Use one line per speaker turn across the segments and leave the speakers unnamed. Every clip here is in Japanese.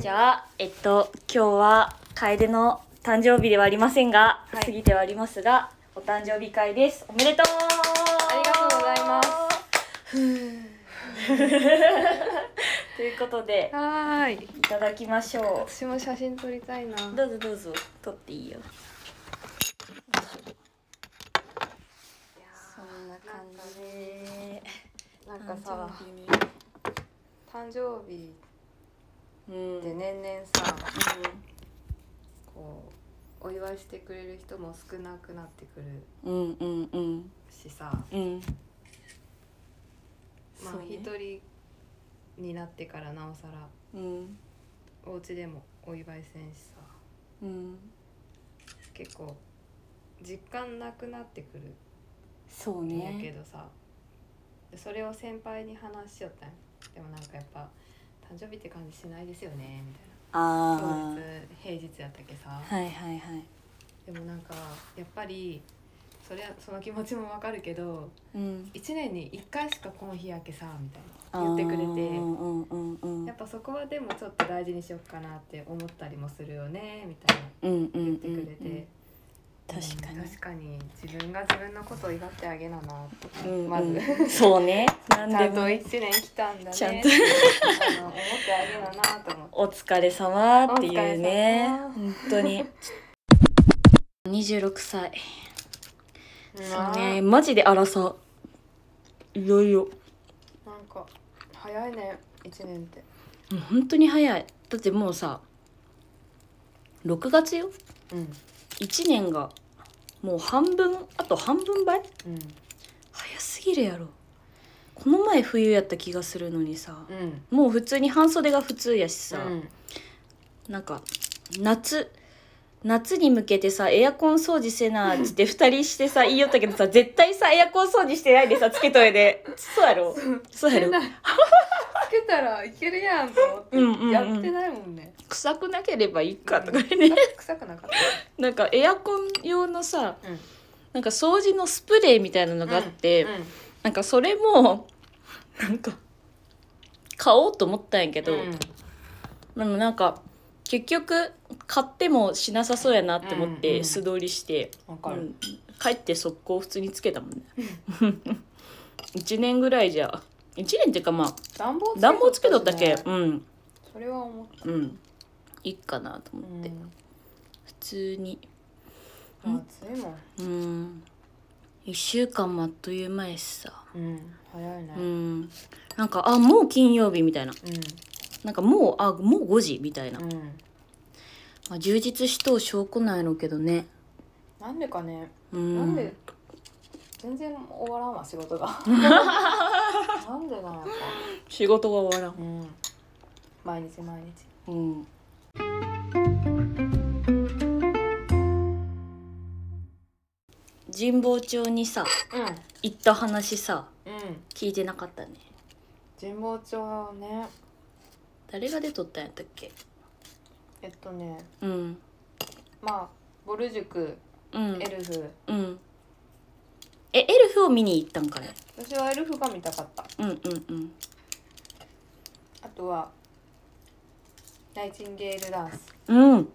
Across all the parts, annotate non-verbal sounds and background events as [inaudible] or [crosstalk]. じゃあ、えっと、今日は楓の誕生日ではありませんが、
はい
過ぎてはありますが、お誕生日会です。おめでとう
ありがとうございます
ふう。 [laughs] ということで、
はーい
いただきましょ
私も写真撮りたいな
う。どうぞどうぞ、撮っていいよ。そんな感じで。
なんかさ誕生日
うん。
って年々さこうお祝いしてくれる人も少なくなってくる
うんうんうん
しさ
うん。
まあ
そうね
一人になってからなおさら
うん
お家でもお祝いせんしさ
うん。
結構実感なくなってくる
そうん
やけ
ね。
どさ、それを先輩に話しよったんよでもなんかやっぱ誕生日って感じしないですよねみたいな当
あ
日平日やったっけさ
あ。はいはいはい。
でもなんかやっぱりそれはその気持ちもわかるけど
うん。
1年に1回しかこの日焼けさみたいな言ってくれ
う
て
んうんうんうん。
やっぱそこはでもちょっと大事にしようかなって思ったりもするよねみたいな
うんうんうんう
言
ん
ってくれて、
確かに
うん確かに自分が自分のことを祝ってあげななと
うんうん
まず
そうね。な
[laughs]
ん
ちゃん
で
と
も
1年来たんだね
ちゃんと
あの思ってあげななと思って。
お疲れ様っていうね。
お疲
本当に。二十六歳。そうね。マジで荒さ。いよいよ。
なんか早いね1年って
もう本当に早い。だってもうさ。六月よ。
うん
一年が。もう半分、あと半分倍。
うん
早すぎるやろこの前冬やった気がするのにさ、
うん
もう普通に半袖が普通やしさ、
うん
なんか夏夏に向けてさエアコン掃除せなっつって2人して
[laughs]
さ言いよったけどさ絶対さエアコン掃除してないでさつけといでそうやろそうやろ
つけたらいけるやんと思って
うんうんうん
やってないもんね
臭くなければいいかとかね
[laughs] 臭くなかっ
なんかエアコン用のさ
たうん
なんか掃除のスプレーみたいなのがあって、
うん
なんかそれもなんか買おうと思ったんやけど、
うん
でもなんか結局買ってもしなさそうやなって思っ
うんう
て
ん
素通りして、
わ
う
か
ん
る
帰って速攻普通につけた
[laughs]
もんね1年ぐらいじゃ1年っていうかまあ
暖房
暖房つけとった
し
け
ね
うん
それは思っ
うんいいかなと
たう
思って、
ん
普通に
まあ暑いもん
うん1週間もあっという間やしさ
うん早いね
う
うん
んなんかあもう金曜日みたいななんかもうあもう5時みたいな、
うん
まあ、充実しとう証拠なんやろうけどね
なんでかね
うん
なんで全然終わらんわ仕事がなんでなんやっ
仕事が終わらん
ぱうん毎日毎日
うん。神保町にさ
う
行った話さ
んうん
聞いてなかったね
神保町ね
誰が出とったんやったっけ
えっとね
うん
まあぼる塾
うん
エルフ
うんえエルフを見に行ったんかね
私はエルフが見たかった
うんうんうん
あとはナイチンゲールダンス
うん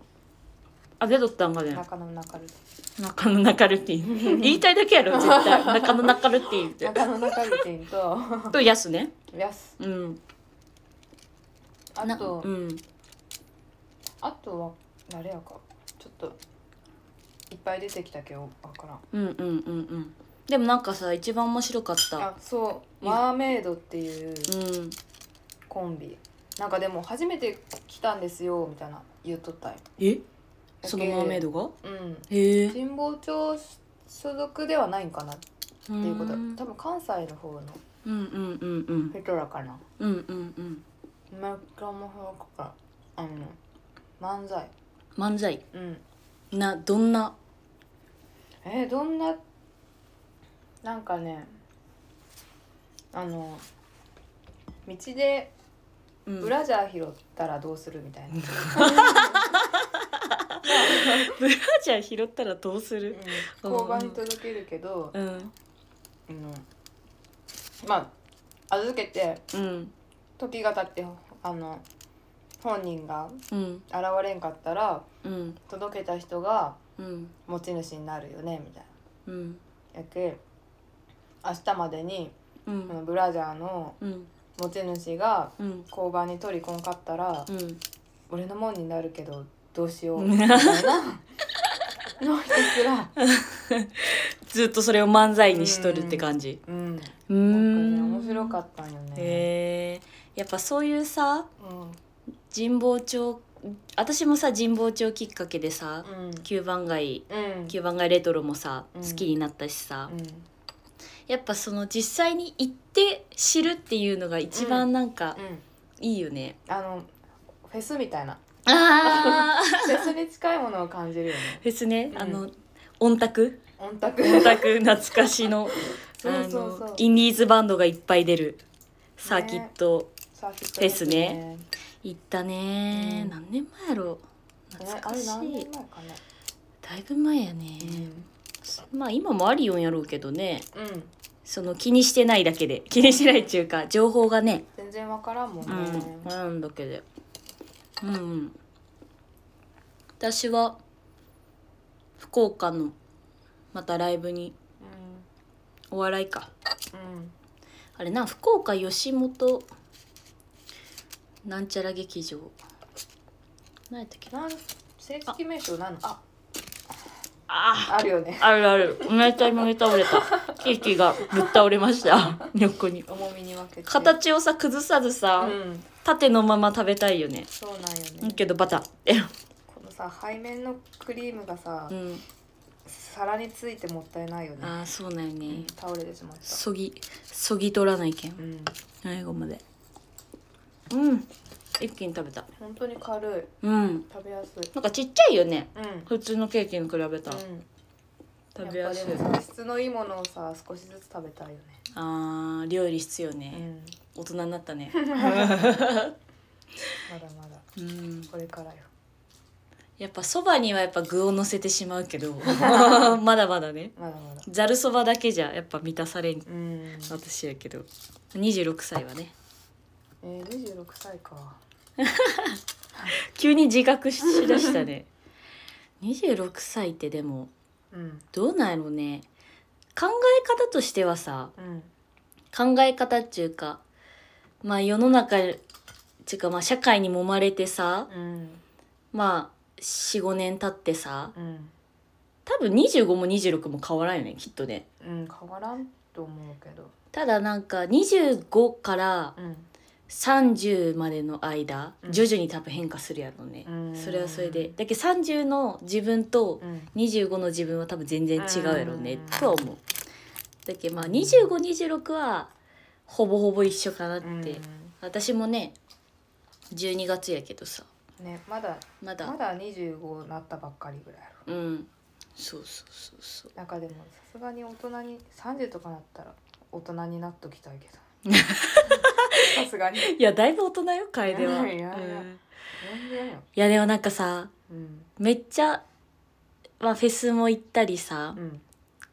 あ出とったんかね
中野中ル
中野中ルテ [laughs] ィン言いたいだけやろ絶対中野中ルティンっ [laughs]
ティン
て
中野中ルティン
[laughs]
と
とヤスね
ヤス
うん
あ
な
と、
うん
あとは誰やかちょっといっぱい出てきたけどわからん
うんうんうんうんでもなんかさ一番面白かった
あそう
いい
マーメイドっていう
うん
コンビなんかでも初めて来たんですよみたいな言っとったんよ
えそのマーメイドが
うん
へえっ
神保町所属ではないんかなって
て
いうこと
う
多
ん
分関西の方の
うんうんうんうん
ペトラかな
うんうんうん
めっちゃ面白かったあの漫才
漫才
うん
などんな
えーどんななんかねあの道で
うん
ブラジャー拾ったらどうするみたい [laughs] な、
ブラジャー拾ったらどうする
うん交番に届けるけど、
うん
あのまあ預けて
うん
時が経ってあの本人が
うん
現れんかったら
うん
届けた人が
うん
持ち主になるよねみたい
うん
なやけ明日までに
うん
このブラジャーの
うん
持ち主が
うん
交番に取りこんかったら
うん
俺のもんになるけどどうしよう
うん
みたい
[laughs]
なのひたすら
ずっとそれを漫才にしとるって感じ
うんなんか
うー
ね
ん
面白かったんよね、
へえやっぱそういうさ
うん
神保町私もさ神保町きっかけでさ九番街
うん
九番街レトロもさ
うん
好きになったしさ、
うん
やっぱその実際に行って知るっていうのが一番なんか
うん
いいよね、
あのフェスみたいな
ああ
フェスに近いものを感じるよね
フェスね、
うん
あの音卓
オンタク [laughs]
音卓懐かしの
そうそうそう
あのインディーズバンドがいっぱい出るサーキット、
サーキット
行ったね、
うん
何年前やろ
ね
懐
あ
か
れ
し
何
い
年前かね
だいぶ前やね、まあ今もありよんやろうけどね
うん、
その気にしてないだけで気にしてないっていうか情報がね
全然わからんもん
う
ね、
んなんだけでうんうん私は福岡のまたライブに
う
お笑いか
んうん
あれな福岡吉本なんちゃら劇場何やったっけな
なん正式名称なのあ
あ
あるよね
ああるあるめっちゃ今め倒れた [laughs] ケーキがぶっ倒れました [laughs] 横に
重みに分けて
形をさ崩さず
う
さ、
ん
縦のまま食べたいよね
そうなんよ
だ
ね
けどバター
このさ背面のクリームがさ、
うん
皿についてもったいないよね、
ああそうなんよね、
うん倒れてしまった
そぎそぎ取らないけん
うん
最後までうん一気に食べた
本当に軽い
うん
食べやすい
なんかちっちゃいよね
うん、うん
普通のケーキに比べたら、食べやすい
やっぱでもさ質のいいものをさ少しずつ食べたいよね
あー料理必要
う
ね、
ん
大人になった [laughs] ね
まだまだ
うん
これからよ
やっぱそばにはやっぱ具を乗せてしまうけ [laughs] どまだまだね
まだまだ
ざるそばだけじゃやっぱ満たされん
うん
私やけど26歳は [laughs] ね
えー、26歳か
急に自覚しだしたね26歳ってでも
うん
どうなんやろうね考え方としてはさ
うん
考え方っていうかまあ世の中っていうかまあ社会に揉まれてさ
うん
まあ45年経ってさ
うん
多分25も26も変わらんよねきっとね
うん変わらんと思うけど
ただなんか25から
うん
30までの間
うん
徐々に多分変化するやろうね、
うん
それはそれでだけど30の自分と
うん
25の自分は多分全然違うやろうね、
うん
とは思うだけどまあ2526はほぼほぼ一緒かなって、
うん
私もね12月やけどさ
ねまだ
まだ
まだ25なったばっかりぐらいやろ
うんそうそうそうそう
なんかでもさすがに大人に30とかなったら大人になっときたいけど
[laughs]
さすがに
いやだいぶ大人よ楓は、
いやいやいや
うん
全然よ
いやでもなんかさ
うん
めっちゃ、まあ、フェスも行ったりさ、
うん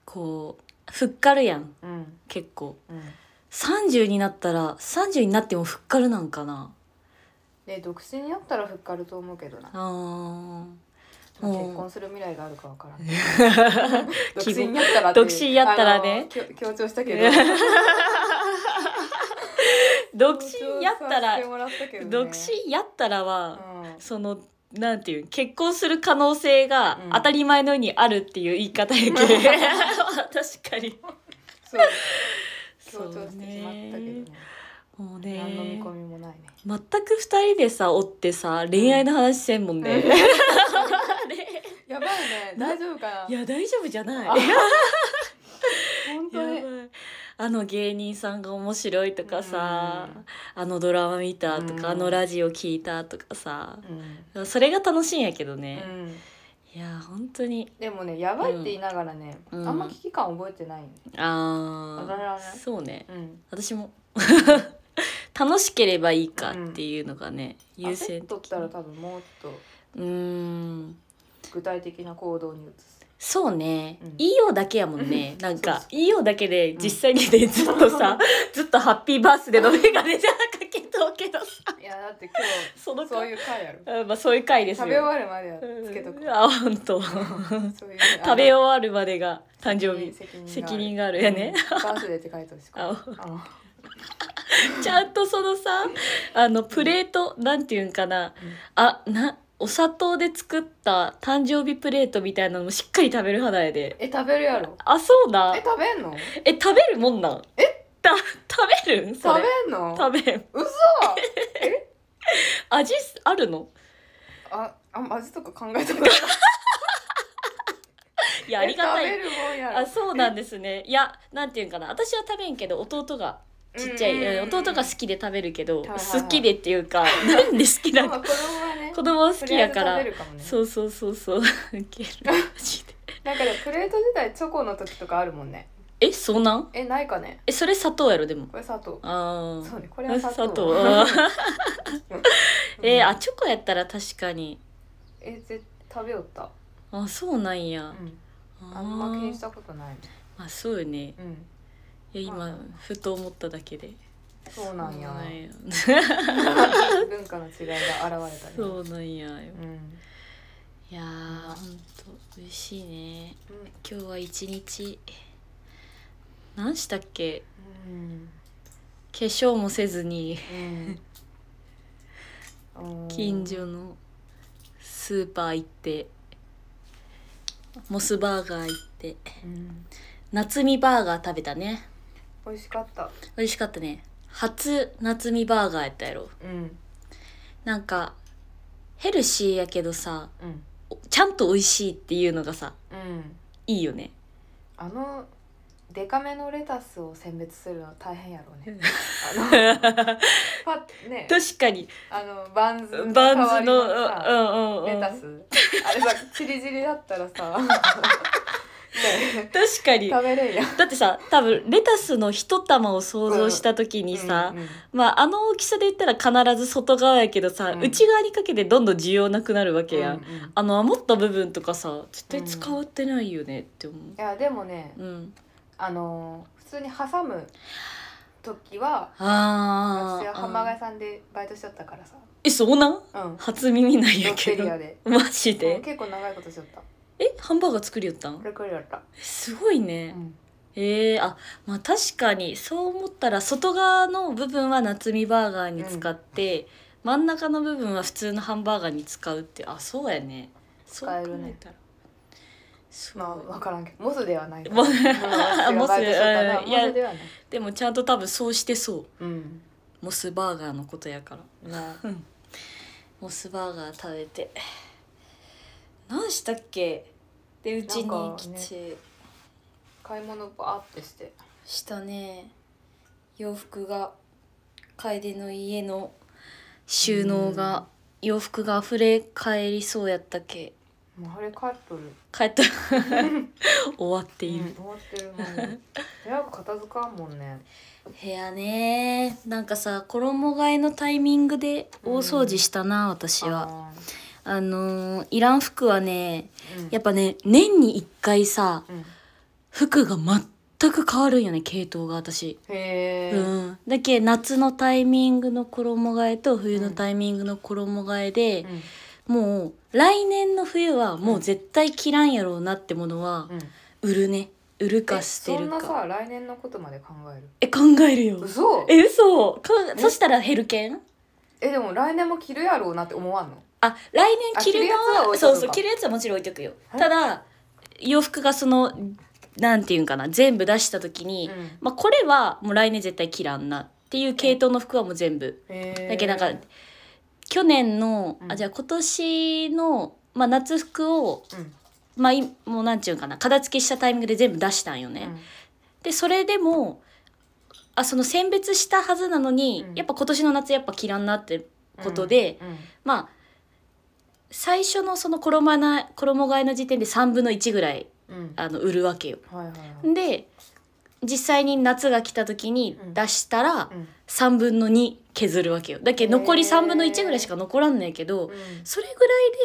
こうふっかるやん
うん
結構
うん
30になったら30になってもふっかるなんかな
で独身になったらふっかると思うけどな、
あー
まあ
うん
結婚する未来があるかわからん
[laughs]
独
希望
身になったらっていう
独身やったらね
あのきょ強調したけど
[laughs] 独身やったら
強調させてもったけどね
独身やったらは、
うん
そのなんていう結婚する可能性が
うん
当たり前のようにあるっていう言い方やけ、ど [laughs] 確かに
そう強調してしまったけどね
もう
何の見
ね
込みもないね
全く二人でさおってさ恋愛の話せんもんね、
うん
あ
[laughs] やばいね
な
大丈夫か
れい
な
や大丈夫じゃない
あ
や
本当
ばい
に
あの芸人さんが面白いとかさ、
うん
あのドラマ見たとか、
うん
あのラジオ聞いたとかさ
うん、
それが楽しいんやけどね、
うん
いや本当に
でもねやばいって言いながらね、
うん
あんま危機感覚えてないね
あ
わからな
ー
い
そうね
うん
私も [laughs] 楽しければいいかっていうのがね、優
焦
先
っとったら多分もっと
うーん
具体的な行動に移す
そうね、
うん
いいようだけやもん
[laughs]
ね、なん
そう
か
そ
[laughs] いいようだけで実際にね、ずっとさずっとハッピーバースデーのメガネじゃかけととうけど [laughs] さ
いやだって今日
その
そう
回
いう回やろ
うんまあそういう回です
食
よ
べ終わるまではつけとく、
うんあ本当
そういう
食べ終わるまでが誕生日
責
責任があるよね、
うんバースデーって書いてほ
[laughs]
しい
あ
あ
ちゃんとそのさあのプレートなんていうんかな
うん
あなお砂糖で作った誕生日プレートみたいなのもしっかり食べる派だよね
え食べるやろ
あそうだ
え食べんの
え食べるもんなんえた食べるんそ
食
れ
べんの
食べん
嘘
味あるの
ああ味とか考えたことない
い [laughs] やありがた
え
い
食べるもんやろ
あそうなんですねいやなんていうんかな私は食べんけど弟がちっちゃい、うん弟が好きで食べるけど、
はいはいはい
好きでっていうかなんで好きな
な
の
子供
[laughs]
はね
子供は好きやから
とりあえず食べるかもね
そうそうそ
[laughs]
うそうウケるマジで
なんかでもプレート自体チョコの時とかあるもんね
えそうなん
えないかね
えそれ砂糖やろでも
これ砂糖
あ
そ
あ
うねこれは砂糖
砂糖
うん
[laughs] えーあチョコやったら確かに
えぜ食べよった
あそうなんや、
うん
あー
あんま気にしたことないね
まあそうよね
うん
いや今、
まあ
ふと思っただけで
そうなんや
そうなんや
[laughs] 文化の違いが現れたね
そうなんや
うん
いやーほんと嬉しいね今日は一日何したっけ
うん
化粧もせずに
うん
近所のスーパー行ってモスバーガー行って
うん
夏みバーガー食べたね
美味しかった
美味しかったね初夏みバーガーやったやろ
うん
なんかヘルシーやけどさ
うん
おちゃんと美味しいっていうのがさ
うん
いい
[laughs]
よね
あのデカめのレタスを選別するの大変やろうねあの
確
パッ
[laughs]
ね
かに
あのバンズの代
バ
わ
ン
り
ズの
の
う
さ
んうんう
レ
ん
タスあれさチリチリだったら
[laughs]
さね
確かに
食べれんや
だってさ多分レタスの一玉を想像した時にさ、
うんうん
まああの大きさで言ったら必ず外側やけどさ、
うん
内側にかけてどんどん需要なくなるわけや、
うんうんい
あの余った部分とかさ絶対使わってないよねって思う
やでもね
うん、
あのー普通に挟む時は
あ
私は
あ
ハンバーガー屋さんでバイトしちゃったからさ
えそうなん
うんロ
初耳なんや
ッ
け
テ
ど
リアで
マジ
う
で
ん結構長いことしちゃった
えハンバーガー作りよったん
これこれやった、
すごいうね、
ん、
えー、あまあ確かにそう思ったら外側の部分は夏みバーガーに使って、真ん中の部分は普通のハンバーガーに使うってあそうやねそう
使えるね
考えたらそう、
まあ分からんけどモスではないから
モス
うん私がバイトしちゃったから
うんい
モ
や
スではない
でもちゃんと多分そうしてそう
うん
モスバーガーのことやから
な
[laughs] モスバーガー食べて何したっけでうちに来
なんか
て、
買い物バーってして
したね洋服が楓の家の収納が、洋服が溢れ返りそうやったけ
もうあれ帰っとる
帰
[laughs]
った終わってい
うん
る、
終わってるも
[laughs]
ん部屋が片付かんもんね
部屋ねなんかさ衣替えのタイミングで大掃除したな、私は
あー
あのーいらん服はね
うん
やっぱね年に1回さ
うん
服が全く変わるんよね系統が私
へえ
うん、だけ夏のタイミングの衣替えと冬のタイミングの衣替えで、もう来年の冬はもう絶対着らんやろうなってものは
うん
売るね売るか
え
捨てる
そんな
か
さ来年のことまで考える
え考えるよ
嘘え
え嘘か
え
そしたら減るけん
でも来年も着るやろうなって思わんの
あ来年着るの
あ着るやつは置いとく
そ
の
う
か
そう着るやつはもちろん置いとくよ
え
ただ洋服がそのなんていうんかな全部出した時に、
うん
まあ、これはもう来年絶対着らんなっていう系統の服はもう全部
へー
だけどなんか去年の、
うん
あじゃあ今年の、まあ、夏服を、
うん
まあ、いもうなんちゅうんかな片付けしたタイミングで全部出したんよね。でそれでもあその選別したはずなのに、
うん
やっぱ今年の夏やっぱ着らんなって
うん
ことで、
うん
まあ最初のその衣な衣替えの時点で3分の1ぐらい
うん
あの売るわけよ。
はいはいはい
で実際に夏が来た時に出したら、
うん
3分の2削るわけよだけど残り
へー
3分の1ぐらいしか残らんないけどそれ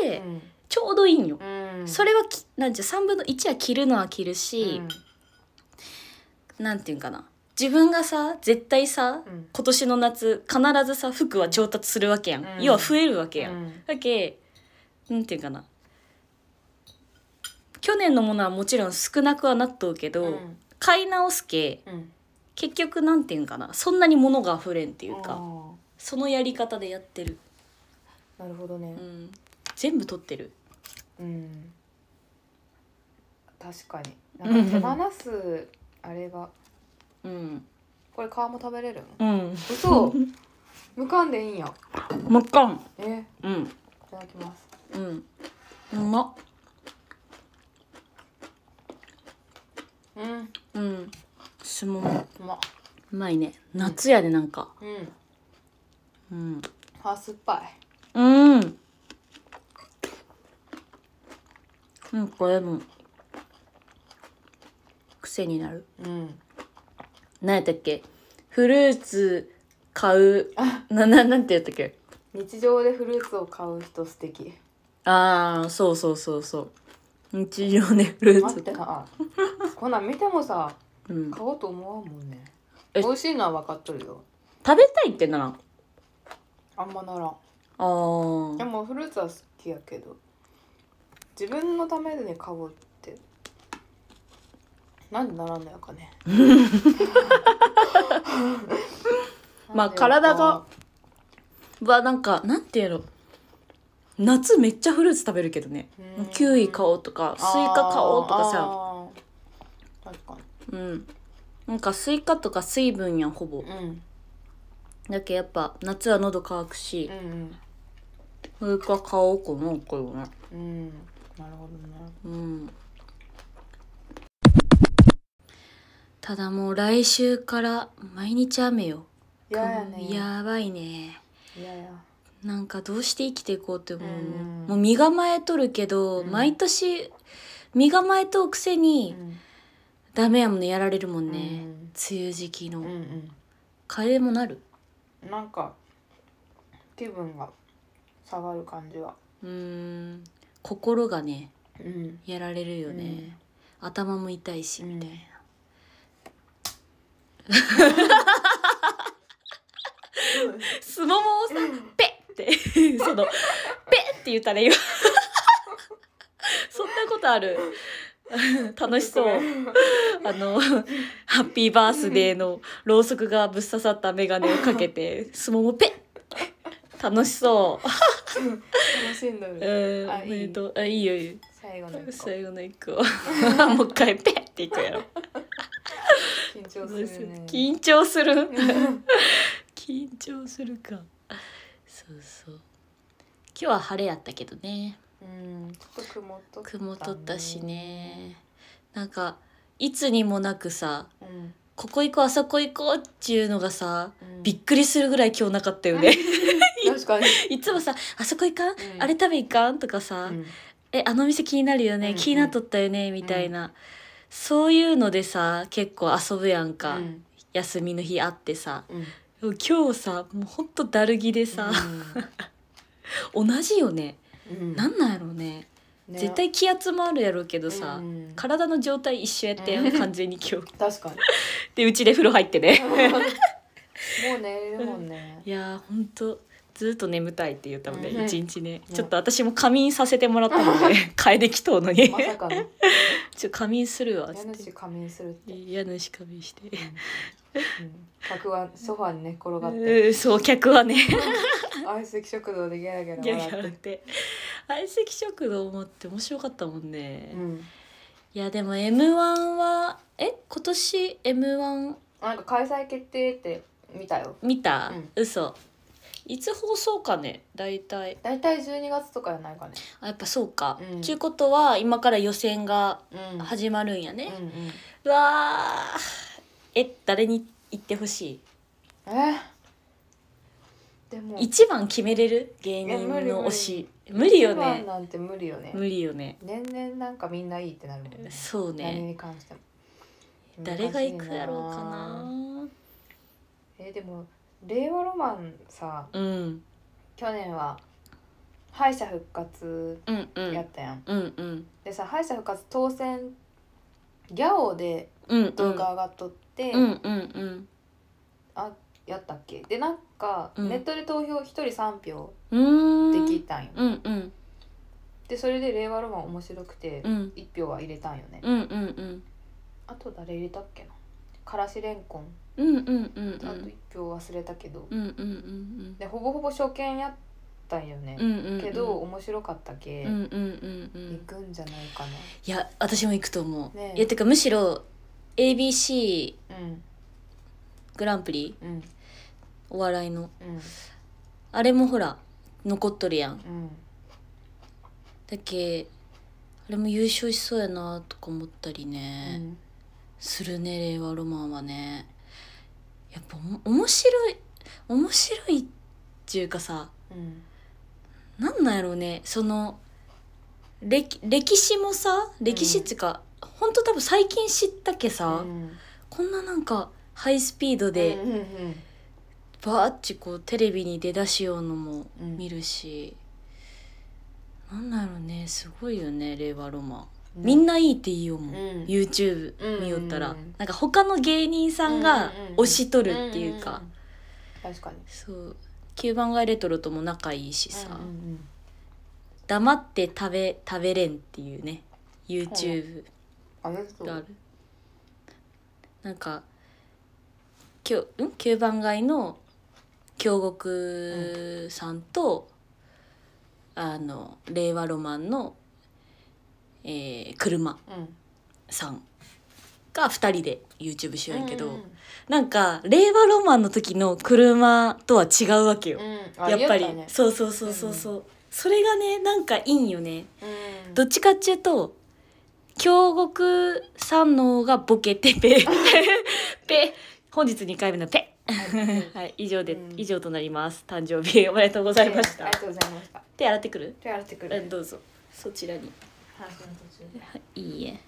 ぐらいで
うん
ちょうどいいんよ、
うん
それはきなんちゅう3分の1は切るのは切るし、なんていうんかな自分がさ絶対さ、
うん
今年の夏必ずさ服は調達するわけやん、
うん
要は増えるわけやん、
うん
だけなんていうかな去年のものはもちろん少なくはなっとうけど、
うん
買い直すけ
うん
結局なんていうんかなそんなに物が溢れんっていう
あ
か
ー
そのやり方でやってる、
なるほどね
うん、全部取ってる
うん確かになんか手放すあれが
うん
これ皮も食べれるの
うん [laughs]
嘘むかんでいいんや
もっかん
えい
うん
ただきます
うんうまっ
うんう
うんすもも
まっ
うまいね夏やねなんか
うん
うん
あ酸っぱい
うんうんこれも癖になる
うん
何やったっけフルーツ買うなななんて言ったっけ
日常でフルーツを買う人素敵
ああそうそうそうそう日常ねフルー
待っ
ツ
てなこんなん見てもさ
うん
買おうと思わんもんね
え
美味しいのは分かっとるよ
食べたいってならん
あんまならん
あー
でもフルーツは好きやけど自分のために買おうってなんでならんのやかね
[laughs] まあ体がはなんかなんて言うの夏めっちゃフルーツ食べるけどね
うん
キウイ買おうとかスイカ買おうとかさ
さ確か
うんなんかスイカとか水分やんほぼ
にうん
だけどやっぱ夏は喉乾くし
うん
スイカ買おうかなこれはね
うんうんなるほどね
うんただもう来週から毎日雨よ
嫌やね
やばいね
嫌や
なんかどうして生きていこうって思う、
うん
もう身構えとるけど、
うん
毎年身構えとうくせに、
うん
ダメやものやられるもんね、
うん
梅雨時期の、
うんうん
楓もなる
なんか気分が下がる感じは
うーん心がね
うん
やられるよね、頭も痛いし、
うん
みたいなすももをさ「ペッ!」って [laughs] その「ペッ!」って言ったら
[laughs]
今そんなことある楽しそうあの「ハッピーバースデー」のろうそくがぶっ刺さった眼鏡をかけてすももペッ楽しそう
楽しんど
う
る
ん
あ
おめでとうあいいよいいよ
最後の一個
最後の一個 [laughs] もう一回ペッっていくやろ
緊張するね
緊張する緊張するかそうそう今日は晴れやったけどね
うんちょっと曇っとったね
曇っとったしねなんかいつにもなくさ
うん
ここ行こうあそこ行こうっていうのがさ
うん
びっくりするぐらい今日なかったよね
[laughs] 確かに
いつもさあそこ行かん、
うん
あれ食べ行かんとかさ、
うん
えあの店気になるよね、
うん
気になっとったよねみたいな、そういうのでさ結構遊ぶやんか、
うん
休みの日あってさ
うん
でも今日さもうほんとだるぎでさ、同じよね
うん
なんなんやろうね
ね
絶対気圧もあるやろうけどさ、
うん
体の状態一緒やったやん、
うん
完全に今日
確かに
でうちで風呂入ってね
もう寝れるもんね
いやーほんとずっと眠たいって言ったもんね
うん
一、日ね、
うん
ちょっと私も仮眠させてもらったもんね楓来とうのに、
まさか
[laughs]
の
ちょ仮眠するわっ
家
つって
主仮眠するって
家主仮眠して。
うん客はソファに寝っ転がって
うん、そう客はね
相席食堂でゲラゲラ
ギャギ
笑
ャ
っ
笑ってて相席食堂もあって面白かったもんね、
う
い
ん
やでも m 1はえ今年 m 1
なんか開催決定って見たよ
見た、
うん
嘘いつ放送かね大体
大体12月とかじゃないかね
あやっぱそうか、
うん
ちゅうことは今から予選が
うん
始まるんや
う
ね、
んうん
うわーえ誰に行ってほし
えでも
い一番決めれる芸人
いや無
の
理
推し無理よ
一番
ね
なんて無理よね
無理よね
年々なんかみんないいってなるもんね
そうね
何に関しても
誰が行くやろうか
難しい
な
えでも令和ロマンさ
うん
去年は敗者復活
うんう
や
ん
ったやん、
うんうん
でさ敗者復活当選ギャオで
うんうん
動画上がっとって、
うんうん
あやったっけでなんか
うん
ネットで投票1人3票
うん
で
うーん
きたんよ、
うんうん
でそれで令和ロマン面白くて
うん
1票は入れたんよね、
うんうんうん
あと誰入れたっけなからしれんこん
うんうんうんうん
あと1票忘れたけど、
うんうんうん
でほぼほぼ初見やったんよね、
うんうんうん
けど面白かったけ、
うんうんうんう
行
ん
くんじゃないか
いや私も行くと思う、
ねえ
いやてかむしろ ABC
なうん
グランプリ
うん
お笑いの
うん
あれもほら残っとるやん
うん
だっけあれも優勝しそうやなとか思ったりね、
うん
するね令和ロマンはねやっぱおも面白い面白いっていうかさ
うん
なんなんやろうねその歴歴史もさ歴史っていうか、ほんと多分最近知ったけさ、
うん
こんななんかハイスピードで、
うんうん
バーッチこうテレビに出だしようのも
うん
見るし、なんだろうねすごいよね令和ロマン、
うん
みんないいって言いよう
う
もん、
ん
YouTube 見よったら、
うんうんうん
なんか他の芸人さんが推しとるっていうか、
んんん確かに
そう9番街レトロとも仲いいしさ、
うんうん
黙って食べ食べれんっていうね YouTube
うん、あの人
がある、なんかきょうん9番街の京極さんと、あの令和ロマンの、えー車
うん
さんが2人で YouTube しようやけど、
うんうん
なんか令和ロマンの時の車とは違うわけよ、
うん、
やっぱり
あ言う
そうそうそうそうそう、それがねなんかいいんよね
たねうん、
どっちかっていうと京極さんの方がボケて
[laughs]
ペペ本日2回目のペ
はい
はい以上で、
うん
以上となります誕生日おめでとうございまし
あ
た
りがとうございました
手洗ってくる
手洗ってく
う
る
んどうぞそちらに
話の途中で
はいいいえ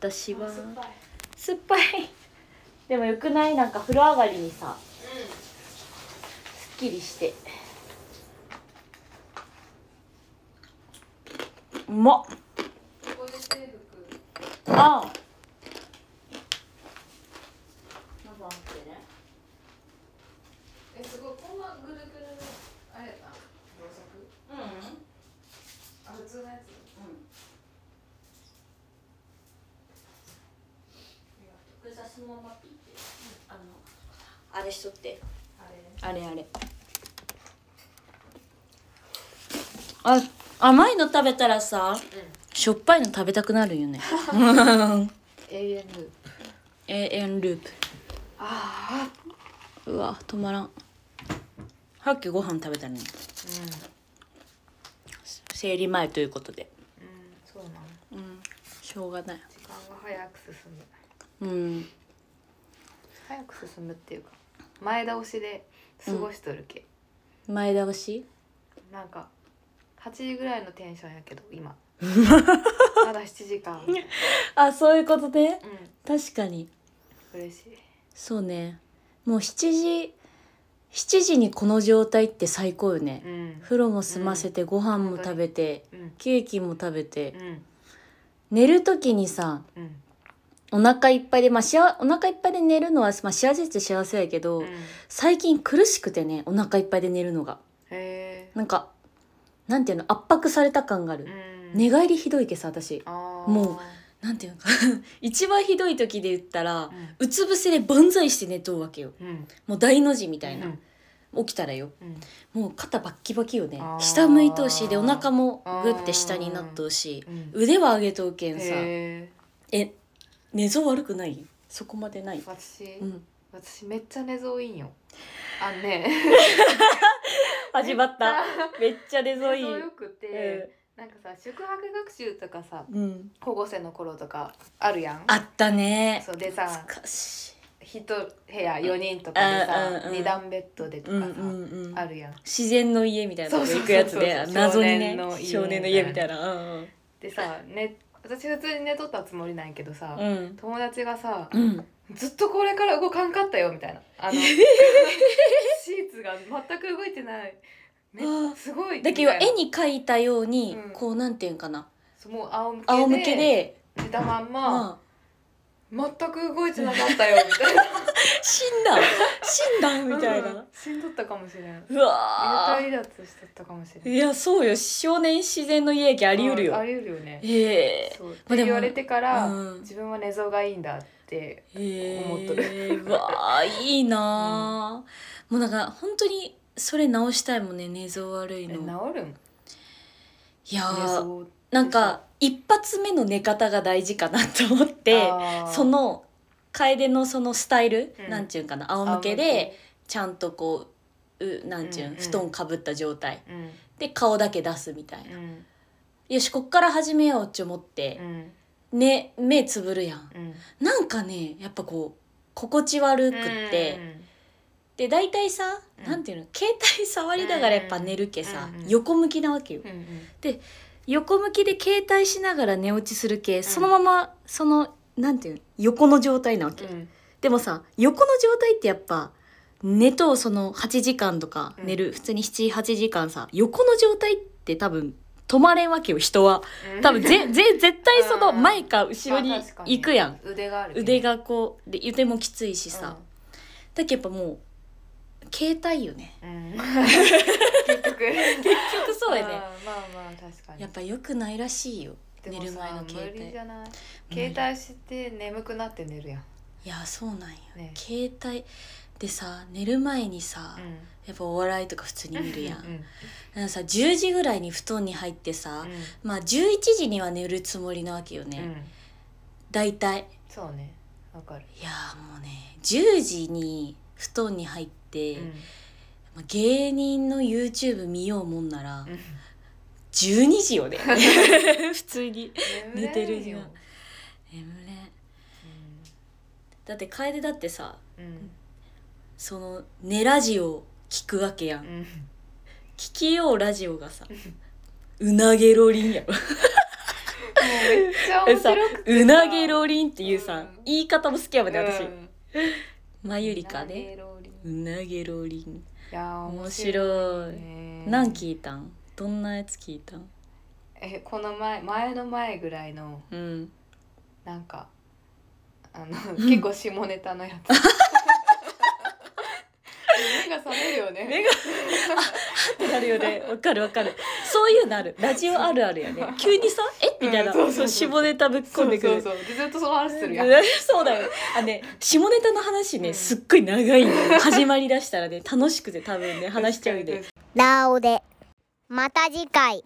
私は
あ酸っぱい
酸っぱいでもよくないなんか風呂上がりにさすっきりしてうまっ
うんここで制服
ああ
えすごいこんなぐるぐるのあれやな動作あ普通のやつ
これさそのままピッてあのあれしとって
あれ
あれあれあ甘いの食べたらさしょっぱいの食べたくなるよね
永遠ループ
永遠ループ
ああ
うわ止まらんさっきご飯食べたのに生理前ということで
うん、うん、そうなの
うんしょうがない
時間が早く進む
うん
早く進むっていうか前倒しで過ごしとるけ、
前倒し
なんか8時ぐらいのテンションやけど今
[laughs]
まだ7時間うん
あそういうことで確かに
嬉しい
そうねもう7時7時にこの状態って最高よね、
うん
風呂も済ませてご飯も食べて、
うん
ケーキも食べて、
うん
寝る時にさ
うん
お腹いっぱいでまあしあお腹いっぱいで寝るのは、まあ、幸せっちゃ幸せやけど、
うんへ
最近苦しくてねお腹いっぱいで寝るのが
え
なんかなんていうの圧迫された感がある、
うん
寝返りひどいけさ私
あー
もなんていうのか [laughs] 一番ひどい時で言ったら、
うん
うつ伏せで万歳して寝とうわけよ
うん
もう大の字みたいな、
うん
起きたらよ
うん
もう肩バッキバキよね
あー
下向いとうしでお腹もグッて下になっとうし
うん
腕は上げとうけんさ
へえ
え寝相悪くないそこまでない
私
うん
私めっちゃ寝相いいんよあのね
始まっためっちゃ寝相いい
寝相良くてなんかさ宿泊学習とかさ
うんうん
高校生の頃とかあるやん
あったね
そうでさ
懐かしい
一部屋4人とかで
うんうんう
さ
ん
二段ベッドでと
うん
か
う
さ
んうん
あるやん
自然の家みたいなの
そうそう
行
そう
く
そう
やつね謎にね少
少年
年の
の
家
家
み
み
た
た
い
い
なうん
でさね私普通に寝とったつもりなんやけどさ
うん
友達がさ
うん
ずっとこれから動かんかったよみたいな
[laughs]
あのシーツが全く動いてないめ
あー
すごい
だけど
みたいな
絵に描いたように
うん
こうなんていうんかな
そうもう仰向けで
仰向けで
寝たまんま、
まあ
全く動いてなかったよみたいな
死んだ死んだ [laughs] みたいな、う
うん死んどったかもしれん
わ
幽体離脱してったかもしれん
ーいやそうよ少年自然の利益あ
あ
り得るよ
あり得るよね
ええ
そうっ
まあ
て
でも
言われてから、
うん
自分は寝相がいいんだって
え
思っとる
えうわーいいなー、 [laughs] もうなんか本当にそれ直したいもんね寝相悪い
え治る
の
ん
いや
寝
ー
相
なんか一発目の寝方が大事かなと思って
あー
その楓のそのスタイル、
うん
なんちゅうんかな仰向けでちゃんとこううなんちゅう、
うんうん
布団かぶった状態
仰向
で顔だけ出すみたい
け
な、
うん
よしこっから始めようって思って
う、ん
ね目つぶるやん
うん
なんかねやっぱこう心地悪くって、で大体さ、
うん
なんていうの携帯触りながらやっぱ寝るけさ、
うんうん
横向きなわけよ
うんうん
横向きで携帯しながら寝落ちする系、そのままそのなんていうの横の状態なわけ、
うん
でもさ横の状態ってやっぱ寝とその8時間とか寝る、普通に78時間さ横の状態って多分止まれんわけよ人は
うん
多分
[laughs]
ぜぜ絶対その
うん
前か後ろに
まあ確か
行くやん
腕があるね
腕がこうで腕もきついしさ、だけどやっぱもう携帯よね
うんうん
[laughs]
結局
結局そうやね
あーまあまあ確かに
やっぱ良くないらしいよ
でも
寝る前の
さ
携帯
無理じゃない
無理
携帯して眠くなって寝るやん
いやそうなんよ、
ね
携帯でさ寝る前にさ、
う
やっぱお笑いとか普通に
ん
見るやん
うん
なんかさ10時ぐらいに布団に入って
う
さ、
ん
まあ11時には寝るつもりなわけよね、
うん
大体
そうねわかる
いやーもうね10時に布団に入って、
うん
まあ芸人の YouTube 見ようもんなら、
うん
12
[laughs]
時よね普通に寝てる
眠れん
よ
よ
眠れんだって楓だってさ
うん
その寝ラジオ聞くわけやん、
うんうん
聞きようラジオ
[laughs]
がさうなげろりんやろ
めっちゃ面
さ
白くて
うなげろりんっていう
う
さ、
ん
言い方も好きやもんね私、
うん
まゆりかね
うなげろりんい
うなげろりん
やー
面
面
白
白
い
い
何聞いたんどんなやつ聞いたん
えこの前前の前ぐらいの
うん
なんかあの
ん
結構下ネタのやつ目が覚めるよね
目がってなるよねわかるわかるそういうのあるラジオあるあるよね急にさ「えみたいな、
うんそう
そ
そううそう
下ネタぶっ
そ
込ん
う
でくる
そうそうでずっとその話するやん、うん、
[laughs] そうだよあね下ネタの話ねすっごい長いんだよ始まりだしたらね楽しくて多分ね話しちゃうんで
ラオで。また次回。